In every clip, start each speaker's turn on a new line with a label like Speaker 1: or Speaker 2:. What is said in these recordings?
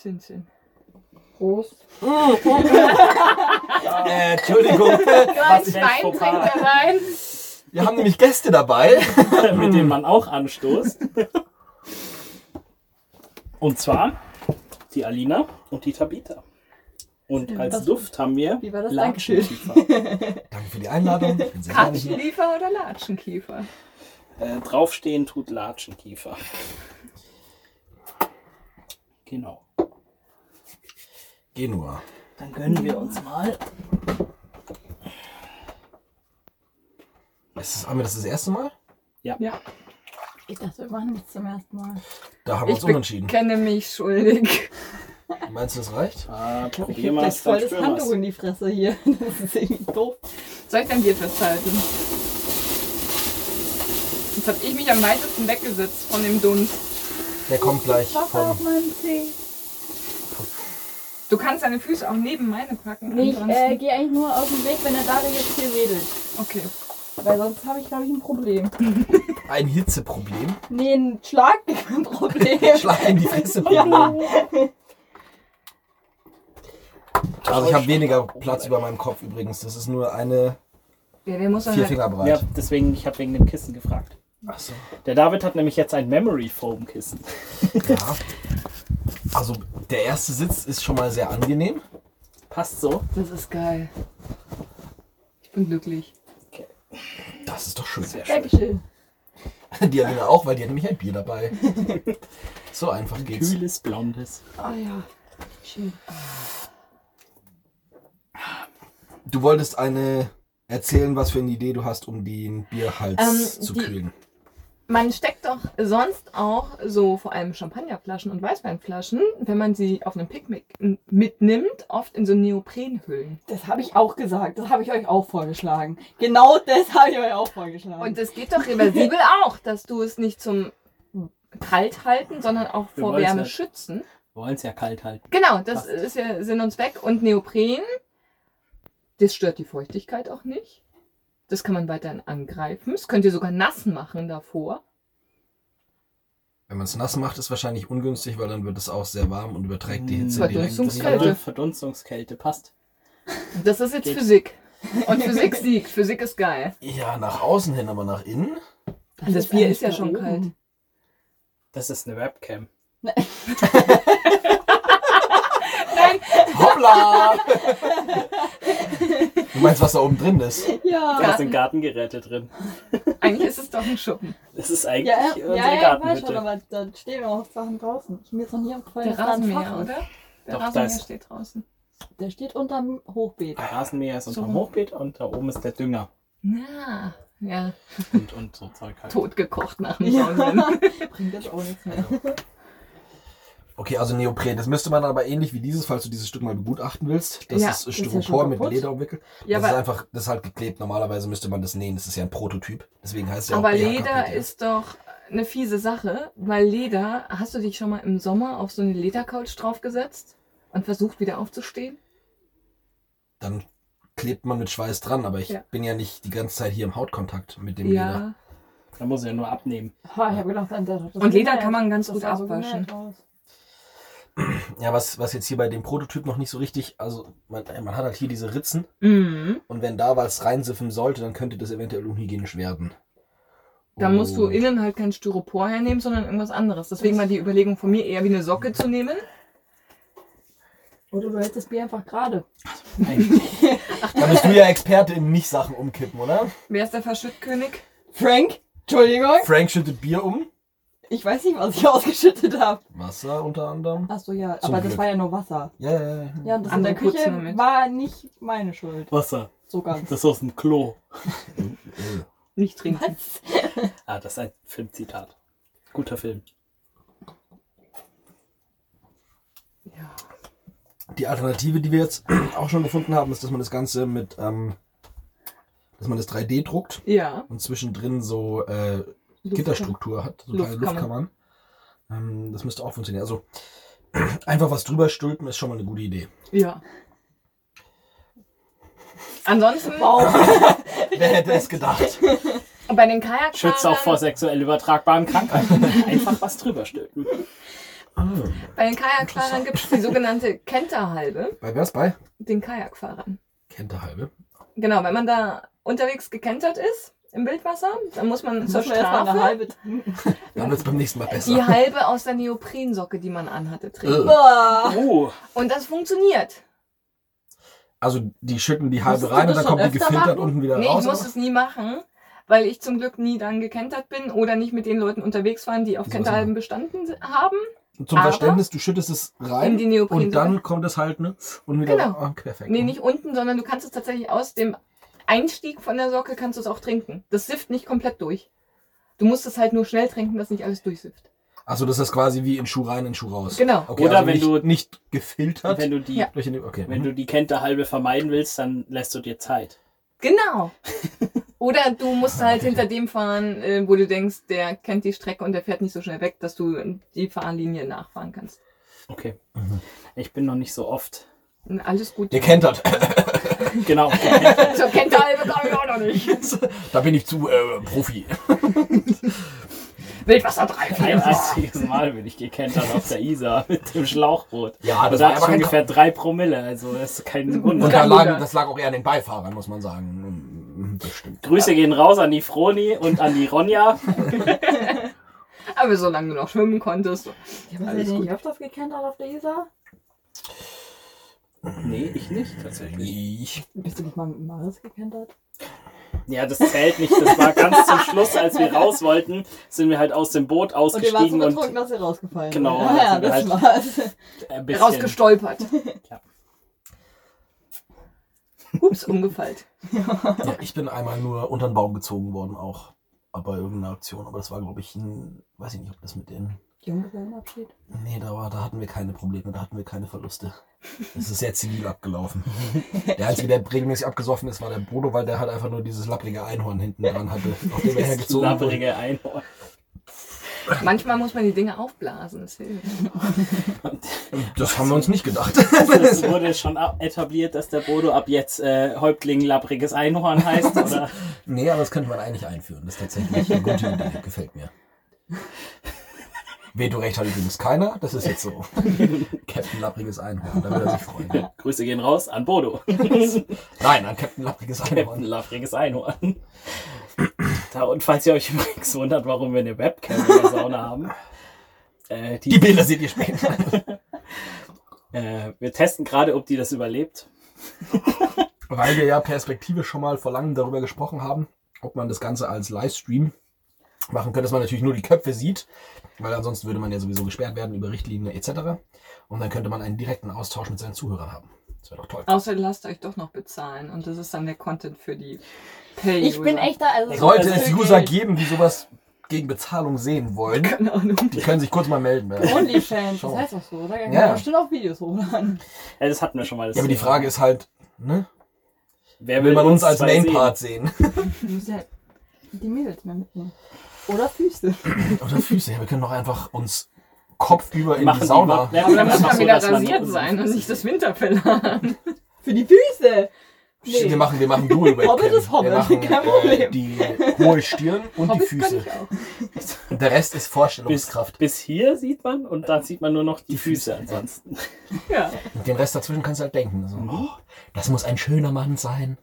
Speaker 1: Schön, schön.
Speaker 2: Prost.
Speaker 3: Äh, Entschuldigung,
Speaker 1: Gleich
Speaker 4: ist
Speaker 1: Wein trinkt
Speaker 4: Fauxpas?
Speaker 1: er rein.
Speaker 3: wir haben nämlich Gäste dabei.
Speaker 4: mit dem man auch anstoßt. Und zwar die Alina und die Tabita. Und als
Speaker 2: das-
Speaker 4: Duft haben wir
Speaker 2: wie war das
Speaker 4: Latschenkiefer.
Speaker 3: Danke für die Einladung. Ich bin sehr gerne hier.
Speaker 1: Katschenliefer oder Latschenkiefer?
Speaker 4: äh, draufstehen tut Latschenkiefer. Genau.
Speaker 3: Genua.
Speaker 4: Dann gönnen wir uns mal.
Speaker 3: Ist das, haben wir das das erste Mal?
Speaker 1: Ja.
Speaker 2: Ich dachte, wir machen das zum ersten Mal.
Speaker 3: Da haben wir
Speaker 1: Ich
Speaker 3: uns unentschieden.
Speaker 1: bekenne mich schuldig.
Speaker 3: Meinst du, das reicht?
Speaker 4: Ah,
Speaker 2: Ich
Speaker 4: probier
Speaker 2: krieg
Speaker 4: mal,
Speaker 2: gleich voll
Speaker 4: dann
Speaker 2: das
Speaker 4: spür
Speaker 2: Handtuch
Speaker 4: mal.
Speaker 2: in die Fresse hier. Das ist irgendwie doof.
Speaker 1: Soll ich dein Bier festhalten? Jetzt habe ich mich am weitesten weggesetzt von dem Dunst.
Speaker 3: Der kommt gleich
Speaker 2: Wasser auf
Speaker 3: vom.
Speaker 2: meinem Zeh.
Speaker 1: Du kannst deine Füße auch neben meine packen.
Speaker 2: Nee, ich äh,
Speaker 1: ansonsten-
Speaker 2: gehe eigentlich nur auf den Weg, wenn der Dari jetzt hier redet.
Speaker 1: okay.
Speaker 2: Weil sonst habe ich, glaube ich, ein Problem.
Speaker 3: Ein Hitzeproblem.
Speaker 2: Nee, ein Schlagproblem.
Speaker 3: Schlag in die Fresse.
Speaker 2: Ja.
Speaker 3: Also ich habe weniger Platz über meinem Kopf übrigens. Das ist nur eine
Speaker 1: Ja, der muss dann
Speaker 3: vier
Speaker 1: halt
Speaker 3: Finger breit.
Speaker 4: Ja, deswegen, ich habe wegen dem Kissen gefragt.
Speaker 3: Ach so.
Speaker 4: Der David hat nämlich jetzt ein Memory Foam Kissen.
Speaker 3: Ja. Also der erste Sitz ist schon mal sehr angenehm.
Speaker 4: Passt so.
Speaker 1: Das ist geil. Ich bin glücklich.
Speaker 3: Das ist doch schön.
Speaker 4: Sehr schön.
Speaker 2: Dankeschön.
Speaker 3: Die Alina auch, weil die hat nämlich ein Bier dabei. So einfach geht's.
Speaker 4: Kühles, blondes.
Speaker 2: Ah ja. Schön.
Speaker 3: Du wolltest eine erzählen, was für eine Idee du hast, um den Bierhals
Speaker 1: Ähm,
Speaker 3: zu
Speaker 1: die-
Speaker 3: kühlen.
Speaker 1: Man steckt doch sonst auch so vor allem Champagnerflaschen und Weißweinflaschen, wenn man sie auf einem Picknick n- mitnimmt, oft in so Neoprenhüllen.
Speaker 2: Das habe ich auch gesagt. Das habe ich euch auch vorgeschlagen. Genau das habe ich euch auch vorgeschlagen.
Speaker 1: Und das geht doch reversibel auch, dass du es nicht zum kalt halten, sondern auch
Speaker 4: Wir
Speaker 1: vor
Speaker 4: wollen's
Speaker 1: Wärme
Speaker 4: nicht.
Speaker 1: schützen.
Speaker 4: Wir wollen es ja kalt halten.
Speaker 1: Genau, das
Speaker 4: Passt.
Speaker 1: ist ja Sinn und Zweck. Und Neopren, das stört die Feuchtigkeit auch nicht. Das kann man weiterhin angreifen. Das könnt ihr sogar nass machen davor.
Speaker 3: Wenn man es nass macht, ist wahrscheinlich ungünstig, weil dann wird es auch sehr warm und überträgt die Hitze
Speaker 1: Hm,
Speaker 4: Mm,
Speaker 3: direkt.
Speaker 1: Verdunstungskälte.
Speaker 3: in die-
Speaker 4: Verdunstungskälte passt.
Speaker 1: Das ist jetzt
Speaker 4: Geht.
Speaker 1: Physik. Und Physik siegt. Physik ist geil.
Speaker 3: Ja, nach außen hin, aber nach innen.
Speaker 1: Das, Bier ist ja schon kalt.
Speaker 4: Das ist eine Webcam.
Speaker 3: Hoppla! du meinst, was da oben drin ist?
Speaker 2: Ja.
Speaker 4: Da
Speaker 1: Ja.
Speaker 4: ist ein Gartengeräte drin.
Speaker 1: Eigentlich ist es doch ein Schuppen.
Speaker 4: Das ist eigentlich
Speaker 2: Ja, ja,
Speaker 4: unsere
Speaker 2: ja, ja ich äh, weiß schon,
Speaker 4: Gartenhütte.
Speaker 2: aber da stehen auch Sachen draußen. Ich mir ist noch nie aufgefallen,
Speaker 1: Der
Speaker 2: dass da ein
Speaker 1: Rasenmäher,
Speaker 2: Fach ist.
Speaker 1: oder? Der
Speaker 4: Doch, da
Speaker 1: Rasenmäher
Speaker 4: ist-
Speaker 1: steht draußen.
Speaker 2: Der steht unterm Hochbeet.
Speaker 4: Der Rasenmäher ist
Speaker 1: So.
Speaker 4: unterm Hochbeet und da oben ist der Dünger
Speaker 1: Na, Ah, ja,
Speaker 4: und, und so Zeug halt.
Speaker 1: totgekocht nach dem
Speaker 2: Ja.
Speaker 1: Saunen.
Speaker 2: Bringt jetzt auch nichts mehr.
Speaker 3: Okay, also Neopren. Das müsste man aber ähnlich wie dieses, falls du dieses Stück mal begutachten willst. Das
Speaker 1: Ja,
Speaker 3: ist
Speaker 2: ja schon
Speaker 3: Styropor mit
Speaker 2: kaputt.
Speaker 3: Leder umwickelt.
Speaker 1: Ja,
Speaker 3: das ist
Speaker 1: aber,
Speaker 3: einfach, das ist halt geklebt. Normalerweise müsste man das nähen. Das ist ja ein Prototyp. Deswegen heißt es ja auch
Speaker 1: aber
Speaker 3: BHKP.
Speaker 1: Leder ist doch eine fiese Sache, weil Leder, hast du dich schon mal im Sommer auf so eine Ledercouch draufgesetzt und versucht wieder aufzustehen?
Speaker 3: Dann klebt man mit Schweiß dran, aber ich
Speaker 1: Ja.
Speaker 3: bin ja nicht die ganze Zeit hier im Hautkontakt mit dem Leder.
Speaker 1: Ja.
Speaker 4: Da muss er nur abnehmen.
Speaker 2: Ha, ich habe gedacht, dann das
Speaker 1: Und Leder kann man ganz
Speaker 2: das
Speaker 1: gut
Speaker 2: sah so
Speaker 1: abwaschen.
Speaker 2: genäht aus.
Speaker 3: Ja, was, was jetzt hier bei dem Prototyp noch nicht so richtig, also man, man hat halt hier diese Ritzen
Speaker 1: Mhm.
Speaker 3: und wenn da was reinsiffen sollte, dann könnte das eventuell unhygienisch werden. Oh.
Speaker 1: Da musst du
Speaker 3: Und-
Speaker 1: innen halt kein Styropor hernehmen, sondern irgendwas anderes. Deswegen war die Überlegung von mir eher wie eine Socke zu nehmen.
Speaker 2: Oder du hältst das Bier einfach gerade.
Speaker 4: Nein.
Speaker 3: Da bist du ja Experte in nicht Sachen umkippen, oder?
Speaker 1: Wer ist der Verschüttkönig?
Speaker 2: Frank, Entschuldigung,
Speaker 3: Frank schüttet Bier um.
Speaker 2: ich weiß nicht, was ich ausgeschüttet habe.
Speaker 3: Wasser unter anderem.
Speaker 2: Achso, ja,
Speaker 3: Zum
Speaker 2: aber das
Speaker 3: Glück.
Speaker 2: war ja nur Wasser.
Speaker 3: Ja, ja, ja.
Speaker 2: Ja, und das
Speaker 1: Andere
Speaker 2: in der Küche
Speaker 1: putzen damit.
Speaker 2: war nicht meine Schuld.
Speaker 4: Wasser.
Speaker 2: So ganz.
Speaker 4: Das ist aus dem Klo.
Speaker 3: Äh,
Speaker 1: Nicht trinken.
Speaker 2: Was?
Speaker 4: Ah, das ist ein Filmzitat. Guter Film.
Speaker 1: Ja.
Speaker 3: Die Alternative, die wir jetzt auch schon gefunden haben, ist, dass man das Ganze mit, ähm, dass man das 3D druckt
Speaker 1: ja.
Speaker 3: und zwischendrin so äh, Gitterstruktur hat, so kleine
Speaker 1: Luftkammern.
Speaker 3: Luftkammern. Ähm, das müsste auch funktionieren. Also einfach was drüber stülpen ist schon mal eine gute Idee.
Speaker 1: Ja. Ansonsten
Speaker 2: Wow.
Speaker 3: Wer hätte es gedacht?
Speaker 1: bei
Speaker 2: Ah.
Speaker 1: den Kajakfahrern.
Speaker 4: Schützt auch vor sexuell übertragbaren Krankheiten. Einfach was drüber stülpen.
Speaker 3: Ah,
Speaker 1: Bei den Kajakfahrern gibt es die sogenannte Kenterhalbe,
Speaker 3: Bei wer's bei?
Speaker 1: den Kajakfahrern.
Speaker 3: Kennt der halbe.
Speaker 1: Genau, wenn man da unterwegs gekentert ist im Wildwasser, dann muss man zur
Speaker 2: Muss man erstmal eine
Speaker 1: Strafe
Speaker 2: halbe trinken.
Speaker 3: Dann wird's beim nächsten Mal
Speaker 1: die
Speaker 3: besser.
Speaker 1: halbe aus der Neoprensocke, die man anhatte, trinken.
Speaker 3: Äh.
Speaker 2: Boah.
Speaker 4: Oh,
Speaker 1: Und das funktioniert.
Speaker 3: Also die schütten die halbe
Speaker 2: Musstest
Speaker 3: rein
Speaker 2: du
Speaker 3: und dann
Speaker 2: das
Speaker 3: kommt die
Speaker 2: schon öfter
Speaker 3: gefiltert
Speaker 2: machen?
Speaker 3: unten wieder
Speaker 1: Nee,
Speaker 3: raus.
Speaker 1: ich muss es nie machen, weil ich zum Glück nie dann gekentert bin oder nicht mit den Leuten unterwegs waren, die auf
Speaker 3: Wieso
Speaker 1: Kenterhalben bestanden haben.
Speaker 3: Zum
Speaker 1: aber
Speaker 3: Verständnis, du schüttest es
Speaker 1: in
Speaker 3: rein
Speaker 1: die Neopren-
Speaker 3: und dann kommt es halt, ne? Und wieder
Speaker 1: Genau.
Speaker 3: ah, perfekt.
Speaker 1: Nee, nicht unten, sondern du kannst es tatsächlich aus dem Einstieg von der Socke kannst du es auch trinken. Das sifft nicht komplett durch. Du musst es halt nur schnell trinken, dass nicht alles durchsifft.
Speaker 3: Also das ist quasi wie in Schuh rein, in Schuh raus.
Speaker 1: Genau.
Speaker 3: Okay,
Speaker 4: Oder
Speaker 3: also
Speaker 4: wenn
Speaker 3: nicht,
Speaker 4: du-
Speaker 3: nicht gefiltert.
Speaker 4: wenn du die,
Speaker 1: Ja.
Speaker 3: durch den, okay. mhm.
Speaker 4: wenn du die Kente halbe vermeiden willst, dann lässt du dir Zeit.
Speaker 1: Genau. Oder du musst halt hinter dem fahren, äh, wo du denkst, der kennt die Strecke und der fährt nicht so schnell weg, dass du die Fahrlinie nachfahren kannst.
Speaker 4: Okay. Ich bin noch nicht so oft.
Speaker 1: Und alles gut. Also,
Speaker 3: Der kentert.
Speaker 4: Genau.
Speaker 1: Zur Kenterhalbe komme ich auch noch nicht.
Speaker 3: da bin ich zu äh, Profi.
Speaker 1: Wildwasser 3,
Speaker 4: Ein
Speaker 1: 4.
Speaker 4: einziges Mal bin ich gekentert auf der Isar mit dem Schlauchboot.
Speaker 3: Ja, Ah, Also das
Speaker 4: Und da
Speaker 3: war
Speaker 4: hat's
Speaker 3: aber kein-
Speaker 4: Also ungefähr drei Promille, also das ist kein
Speaker 3: Und
Speaker 4: Wunder.
Speaker 3: da
Speaker 1: Kein
Speaker 3: lagen,
Speaker 1: Wunder.
Speaker 3: das lag auch eher an den Beifahrern, muss man sagen. Das stimmt.
Speaker 4: Grüße gehen raus an die Froni und an die Ronja.
Speaker 1: Aber solange du noch schwimmen konntest.
Speaker 2: Ja, was seid ihr nicht öfters gekentert auf der Isar?
Speaker 4: Nee, ich nicht tatsächlich.
Speaker 3: Ich.
Speaker 2: Bist du nicht mal mit Maris gekentert?
Speaker 4: Ja, das zählt nicht. Das war ganz zum Schluss, als wir raus wollten, sind wir halt aus dem Boot
Speaker 2: Und ihr wart so
Speaker 4: ausgestiegen und, äh,
Speaker 2: betrunken, dass ihr rausgefallen
Speaker 4: Genau,
Speaker 2: seid. Ah, ja,
Speaker 4: da
Speaker 2: das
Speaker 4: sind wir
Speaker 2: war's.
Speaker 4: ein bisschen.
Speaker 1: Rausgestolpert.
Speaker 4: Ja.
Speaker 1: Ups, umgefallen.
Speaker 3: Ja, ich bin einmal nur unter den Baum gezogen worden, auch bei irgendeiner Aktion. Aber das war, glaube ich, ein, weiß ich nicht, ob das mit den.
Speaker 2: Junggesellenabschied.
Speaker 3: Nee, da, war, da hatten wir keine Probleme, da hatten wir keine Verluste. Es ist sehr zivil abgelaufen. Der Einzige, der regelmäßig abgesoffen ist, war der Bodo, weil der halt einfach nur dieses lapprige Einhorn hinten dran hatte, auf dem er
Speaker 4: Das
Speaker 3: hergezogen wurde.
Speaker 4: labbrige Einhorn.
Speaker 1: Manchmal muss man die Dinge aufblasen. Das hilft.
Speaker 3: Das haben wir uns nicht gedacht.
Speaker 4: Es wurde schon ab- etabliert, dass der Bodo ab jetzt äh, Häuptling labbriges Einhorn heißt. Oder?
Speaker 3: Nee, aber das könnte man eigentlich einführen. Das ist tatsächlich eine gute Idee. Gefällt mir. Vetorecht hat übrigens keiner. Das ist jetzt so. Captain Lappriges Einhorn. Da würde er sich freuen.
Speaker 4: Grüße gehen raus an Bodo.
Speaker 3: Nein, an Captain Lappriges
Speaker 4: Captain
Speaker 3: Einhorn.
Speaker 4: Labriges Einhorn. Da, und falls ihr euch übrigens wundert, warum wir eine Webcam in der Sauna haben, äh,
Speaker 3: Die
Speaker 4: die,
Speaker 3: Bilder seht ihr später.
Speaker 4: äh, wir testen gerade, ob die das überlebt.
Speaker 3: Weil wir ja Perspektive schon mal vor langem darüber gesprochen haben, ob man das Ganze als Livestream machen könnte, dass man natürlich nur die Köpfe sieht, weil ansonsten würde man ja sowieso gesperrt werden über Richtlinien etc. Und dann könnte man einen direkten Austausch mit seinen Zuhörern haben. Das wäre doch toll.
Speaker 1: Außer lasst euch doch noch bezahlen. Und das ist dann der Content für die pay
Speaker 2: Ich bin echt da. Also
Speaker 3: Sollte
Speaker 2: das
Speaker 3: es
Speaker 2: ist
Speaker 3: User
Speaker 2: wirklich-
Speaker 3: geben, die sowas gegen Bezahlung sehen wollen,
Speaker 1: Keine Ahnung.
Speaker 3: Die können sich kurz mal melden. Ja.
Speaker 2: Onlyfans,
Speaker 3: Schau.
Speaker 2: das heißt doch so, oder? Kann
Speaker 3: Ja.
Speaker 2: man bestimmt auch Videos hochladen.
Speaker 4: Ja, das hatten wir schon mal. Das
Speaker 3: Ja, aber die
Speaker 4: Thema.
Speaker 3: Frage ist halt, ne?
Speaker 4: wer
Speaker 3: will man uns als
Speaker 4: zwei
Speaker 3: Mainpart sehen?
Speaker 2: Du musst ja die Mädels mehr mitnehmen. Oder Füße.
Speaker 3: Oder Füße? Ja, wir können doch einfach uns kopfüber
Speaker 4: sehen?
Speaker 3: in
Speaker 4: Machen
Speaker 3: die Sauna.
Speaker 4: Die,
Speaker 1: Aber dann muss
Speaker 4: einfach
Speaker 1: man
Speaker 4: so,
Speaker 1: wieder
Speaker 4: dass man-
Speaker 1: rasiert sein und nicht das Winterfell haben.
Speaker 2: Für die Füße!
Speaker 3: Wir machen, wir machen Dual Webcam.
Speaker 2: Hobbit ist Hobbit,
Speaker 3: wir machen,
Speaker 2: kein
Speaker 3: Äh,
Speaker 2: Problem.
Speaker 3: die hohe Stirn und die
Speaker 2: Hobbits kann
Speaker 3: Füße.
Speaker 2: ich auch.
Speaker 3: Und der Rest ist
Speaker 4: Bis,
Speaker 3: Vorstellungskraft.
Speaker 4: bis hier sieht man und dann sieht man nur noch die, Füße ansonsten.
Speaker 1: Ja.
Speaker 3: Und den Rest dazwischen kannst du halt denken. So,
Speaker 4: Mhm.
Speaker 3: oh, das muss ein schöner Mann sein.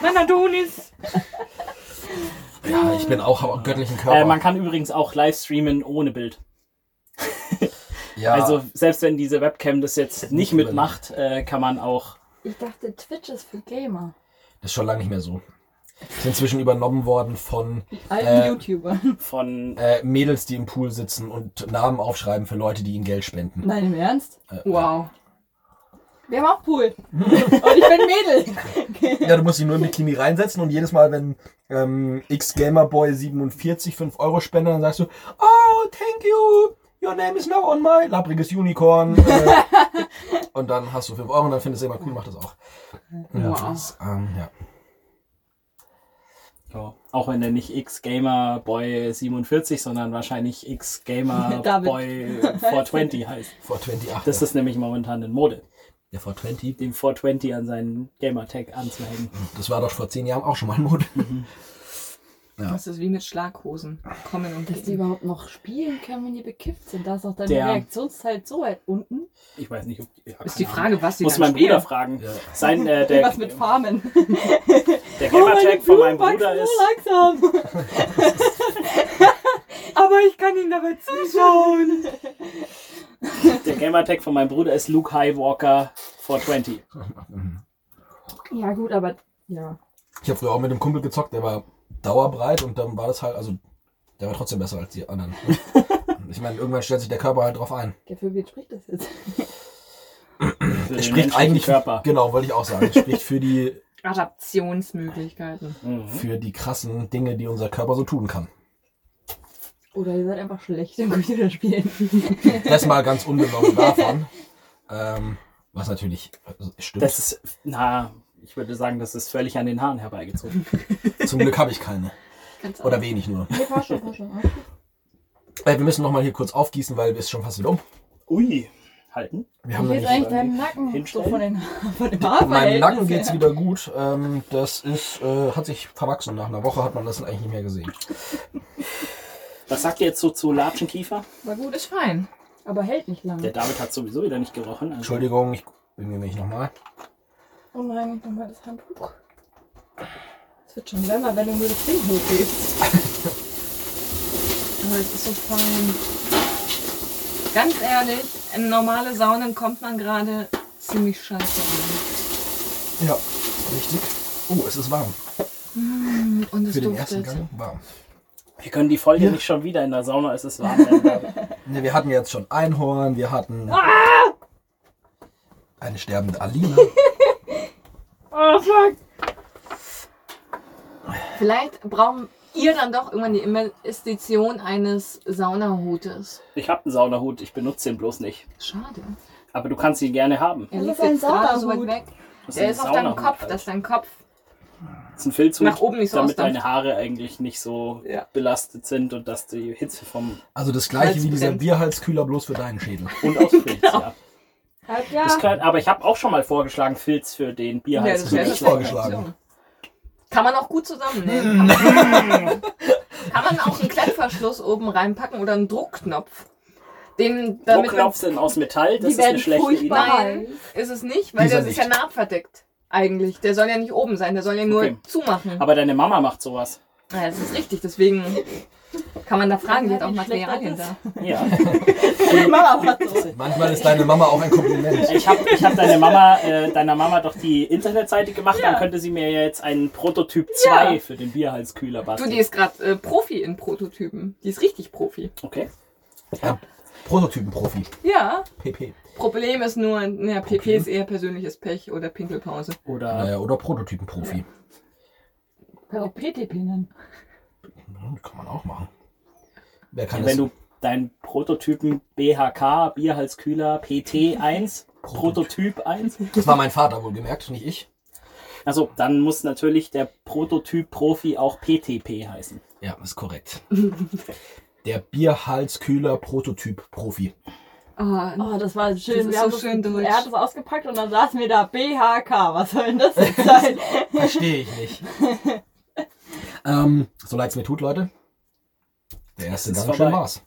Speaker 1: Mein Adonis.
Speaker 3: Ja, ich bin auch am göttlichen
Speaker 4: Äh, man
Speaker 3: Körper.
Speaker 4: kann übrigens auch live streamen ohne Bild.
Speaker 3: Ja,
Speaker 4: Also selbst wenn diese Webcam das jetzt nicht
Speaker 3: nicht überlebt.
Speaker 4: mitmacht, äh, kann man auch.
Speaker 2: Ich dachte, Twitch ist für Gamer.
Speaker 3: das ist schon lange nicht mehr so. Ist inzwischen übernommen worden von
Speaker 2: Alten
Speaker 3: Äh,
Speaker 2: YouTuber.
Speaker 4: von
Speaker 3: äh, Mädels, die im Pool sitzen und Namen aufschreiben für Leute, die ihnen Geld spenden.
Speaker 2: Nein, im Ernst?
Speaker 3: Äh,
Speaker 1: Wow.
Speaker 2: Wir haben auch Pool. Und ich bin Mädel.
Speaker 3: Ja, du musst dich nur im Bikini reinsetzen und jedes Mal, wenn ähm, X-Gamerboy47 5 Euro spendet, dann sagst du, oh, thank you, your name is now on my labbriges Unicorn. Äh, und dann hast du 5 Euro und dann findest du immer cool, mach das auch. Ja,
Speaker 1: Wow.
Speaker 3: das, ähm, ja.
Speaker 4: ja, auch wenn der nicht X Gamer Boy 47, sondern wahrscheinlich X Gamer
Speaker 2: David.
Speaker 4: Boy 420 heißt.
Speaker 3: Vor 28.
Speaker 4: Das ist nämlich momentan in Mode,
Speaker 3: ja, vor 20.
Speaker 4: den 420 an seinen Gamertag anzuhängen.
Speaker 3: Das war doch vor 10 Jahren auch schon mal ein Mode. Ja.
Speaker 1: Das ist wie mit Schlaghosen. Kommen und
Speaker 2: Dass die
Speaker 1: gehen.
Speaker 2: überhaupt noch spielen können, wenn die bekifft sind. Da ist auch dann
Speaker 4: Der-
Speaker 2: die Reaktionszeit so weit unten.
Speaker 4: Ich weiß nicht, ob. Ja,
Speaker 1: Ist die
Speaker 4: keine
Speaker 1: Frage, was sie
Speaker 4: Muss
Speaker 1: dann
Speaker 4: mein Bruder
Speaker 1: spielen.
Speaker 4: fragen.
Speaker 3: Ja.
Speaker 4: Sein, äh, der,
Speaker 2: Irgendwas mit Farmen.
Speaker 4: der Gamertag von meinem Bruder
Speaker 2: Oh, wachsen
Speaker 4: ist.
Speaker 2: so langsam. Aber ich kann ihn dabei zuschauen.
Speaker 4: Der Gamertag von meinem Bruder ist Luke Highwalker 420.
Speaker 2: Ja gut, aber ja.
Speaker 3: Ich habe früher auch mit dem Kumpel gezockt, der war dauerbreit und dann war das halt, also der war trotzdem besser als die anderen. ich meine, irgendwann stellt sich der Körper halt drauf ein.
Speaker 2: Ja, für wen spricht das jetzt?
Speaker 4: Für
Speaker 3: Er
Speaker 4: den
Speaker 3: spricht
Speaker 4: menschlichen
Speaker 3: eigentlich
Speaker 4: Körper.
Speaker 3: Genau, wollte ich auch sagen. Er spricht für die,
Speaker 1: Adaptionsmöglichkeiten.
Speaker 4: Mhm.
Speaker 3: für die krassen Dinge, die unser Körper so tun kann.
Speaker 2: Oder ihr seid einfach schlecht im Computerspielen.
Speaker 3: Das mal ganz unbenommen davon. Ähm, was natürlich also, stimmt.
Speaker 4: Das ist, na, ich würde sagen, das ist völlig an den Haaren herbeigezogen.
Speaker 3: Zum Glück habe ich keine.
Speaker 2: Ganz
Speaker 3: Oder wenig nur.
Speaker 2: Nee, war schon, war schon.
Speaker 3: Äh, wir müssen nochmal hier kurz aufgießen, weil wir ist schon fast wieder um.
Speaker 4: Ui, halten.
Speaker 3: Wir
Speaker 2: Ich
Speaker 3: haben noch
Speaker 2: will
Speaker 3: nicht.
Speaker 2: eigentlich deinem Nacken so
Speaker 4: Hinstellen?
Speaker 2: von, den, von dem
Speaker 3: Meinem
Speaker 2: Haarverhältnis
Speaker 3: Nacken geht's
Speaker 2: her.
Speaker 3: wieder gut. Ähm, das ist, äh, hat sich verwachsen. Nach einer Woche hat man das dann eigentlich nicht mehr gesehen.
Speaker 4: Was sagt ihr jetzt so zu Latschenkiefer?
Speaker 1: War gut, ist fein.
Speaker 2: Aber hält nicht
Speaker 4: Der
Speaker 2: lange.
Speaker 4: David hat sowieso wieder nicht gerochen. Also
Speaker 3: Entschuldigung, ich bin nämlich nochmal.
Speaker 2: Oh nein, ich nochmal das Handtuch. Es wird schon wärmer, wenn du mir das Ding hochhebst.
Speaker 1: Aber es ist so fein. Ganz ehrlich, in normale Saunen kommt man gerade ziemlich scheiße rein.
Speaker 3: Ja, richtig. Oh, es ist warm.
Speaker 1: Und es
Speaker 3: Für den ersten
Speaker 1: duftet.
Speaker 3: Gang warm.
Speaker 4: wir können die Folge nicht schon wieder in der Sauna, es ist warm. Äh, werden, David.
Speaker 3: Ne, wir hatten jetzt schon Einhorn, wir hatten eine sterbende Alina.
Speaker 2: Oh fuck!
Speaker 1: Vielleicht brauchen ihr dann doch irgendwann die Investition eines Saunahutes.
Speaker 4: Ich habe einen Saunahut, ich benutze den bloß nicht.
Speaker 1: Schade.
Speaker 4: Aber du kannst ihn gerne haben.
Speaker 1: Er
Speaker 2: Das
Speaker 1: liegt
Speaker 2: ist ein
Speaker 1: jetzt gerade so weit
Speaker 2: Saunahut.
Speaker 1: weg.
Speaker 4: Das
Speaker 1: Der
Speaker 4: ein
Speaker 1: ist auf deinem
Speaker 4: Saunahut
Speaker 1: Kopf,
Speaker 4: halt.
Speaker 1: dass dein Kopf
Speaker 4: Das ist ein Filzhut,
Speaker 1: nach oben nicht so
Speaker 4: damit
Speaker 1: ausdampft.
Speaker 4: deine Haare eigentlich nicht so
Speaker 1: Ja.
Speaker 4: belastet sind und dass die Hitze vom
Speaker 3: Also das gleiche
Speaker 1: Weil's
Speaker 3: wie dieser
Speaker 1: brennt.
Speaker 3: Bierhalskühler, bloß für deinen Schädel.
Speaker 4: und ausfliegt.
Speaker 1: Genau.
Speaker 4: ja.
Speaker 2: Halb
Speaker 4: Das
Speaker 2: Jahr.
Speaker 4: kann, aber ich habe auch schon mal vorgeschlagen, Filz für den Bierhals.
Speaker 3: wär
Speaker 4: zu
Speaker 3: ich
Speaker 4: nehmen.
Speaker 3: vorgeschlagen.
Speaker 1: Option. Kann man auch gut
Speaker 4: Hm.
Speaker 1: zusammennehmen. Kann man, kann man auch einen Klettverschluss oben reinpacken oder einen Druckknopf. Den, damit man,
Speaker 4: Druckknopf sind aus Metall, das
Speaker 2: Die
Speaker 4: ist eine
Speaker 2: werden
Speaker 4: schlechte Idee.
Speaker 2: furchtbar.
Speaker 1: Nein, ist es nicht, weil
Speaker 3: Dieser
Speaker 1: der ist ja
Speaker 3: nicht.
Speaker 1: nahtverdeckt. Eigentlich. Der soll ja nicht oben sein, der soll ja nur
Speaker 4: Okay.
Speaker 1: zumachen.
Speaker 4: Aber deine Mama macht sowas.
Speaker 1: Ja, das ist richtig, deswegen kann man da fragen, die hat auch
Speaker 2: Wie schlecht
Speaker 1: Materialien
Speaker 2: das
Speaker 1: da.
Speaker 4: Ja.
Speaker 2: Mama macht so.
Speaker 3: Manchmal ist deine Mama auch ein Kompliment.
Speaker 4: Ich habe ich hab deine Mama, äh, deiner Mama doch die Internetseite gemacht, dann könnte sie mir jetzt einen Prototyp 2 für den Bierhalskühler
Speaker 1: Du,
Speaker 4: basteln.
Speaker 1: die ist gerade äh, Profi in Prototypen. Die ist richtig Profi.
Speaker 4: okay.
Speaker 3: Ja. Prototypenprofi.
Speaker 1: Ja.
Speaker 3: PP.
Speaker 1: Problem ist nur, naja, PP ist eher persönliches Pech oder Pinkelpause.
Speaker 4: Oder
Speaker 3: Naja, Äh, oder Prototypenprofi.
Speaker 2: Kann auch PTP nennen.
Speaker 3: Hm, Kann man auch machen. Wer kann das?
Speaker 4: wenn du deinen Prototypen BHK, Bierhalskühler PT1, Prototyp 1,
Speaker 3: das war mein Vater wohlgemerkt, nicht ich.
Speaker 4: also dann muss natürlich der Prototyp-Profi auch PTP heißen.
Speaker 3: Ja, ist korrekt. Der Bierhalskühler Prototyp-Profi.
Speaker 1: Ah,
Speaker 2: Oh, das war schön.
Speaker 1: Das ist
Speaker 2: Wir haben
Speaker 1: so
Speaker 2: das-
Speaker 1: schön deutsch.
Speaker 2: Er hat das ausgepackt und dann saßen wir da BHK. Was soll denn das jetzt sein?
Speaker 3: Verstehe ich nicht. ähm, so leid es mir tut, Leute. Der erste
Speaker 4: Es ist
Speaker 3: Gang schön
Speaker 4: vorbei.
Speaker 3: war's.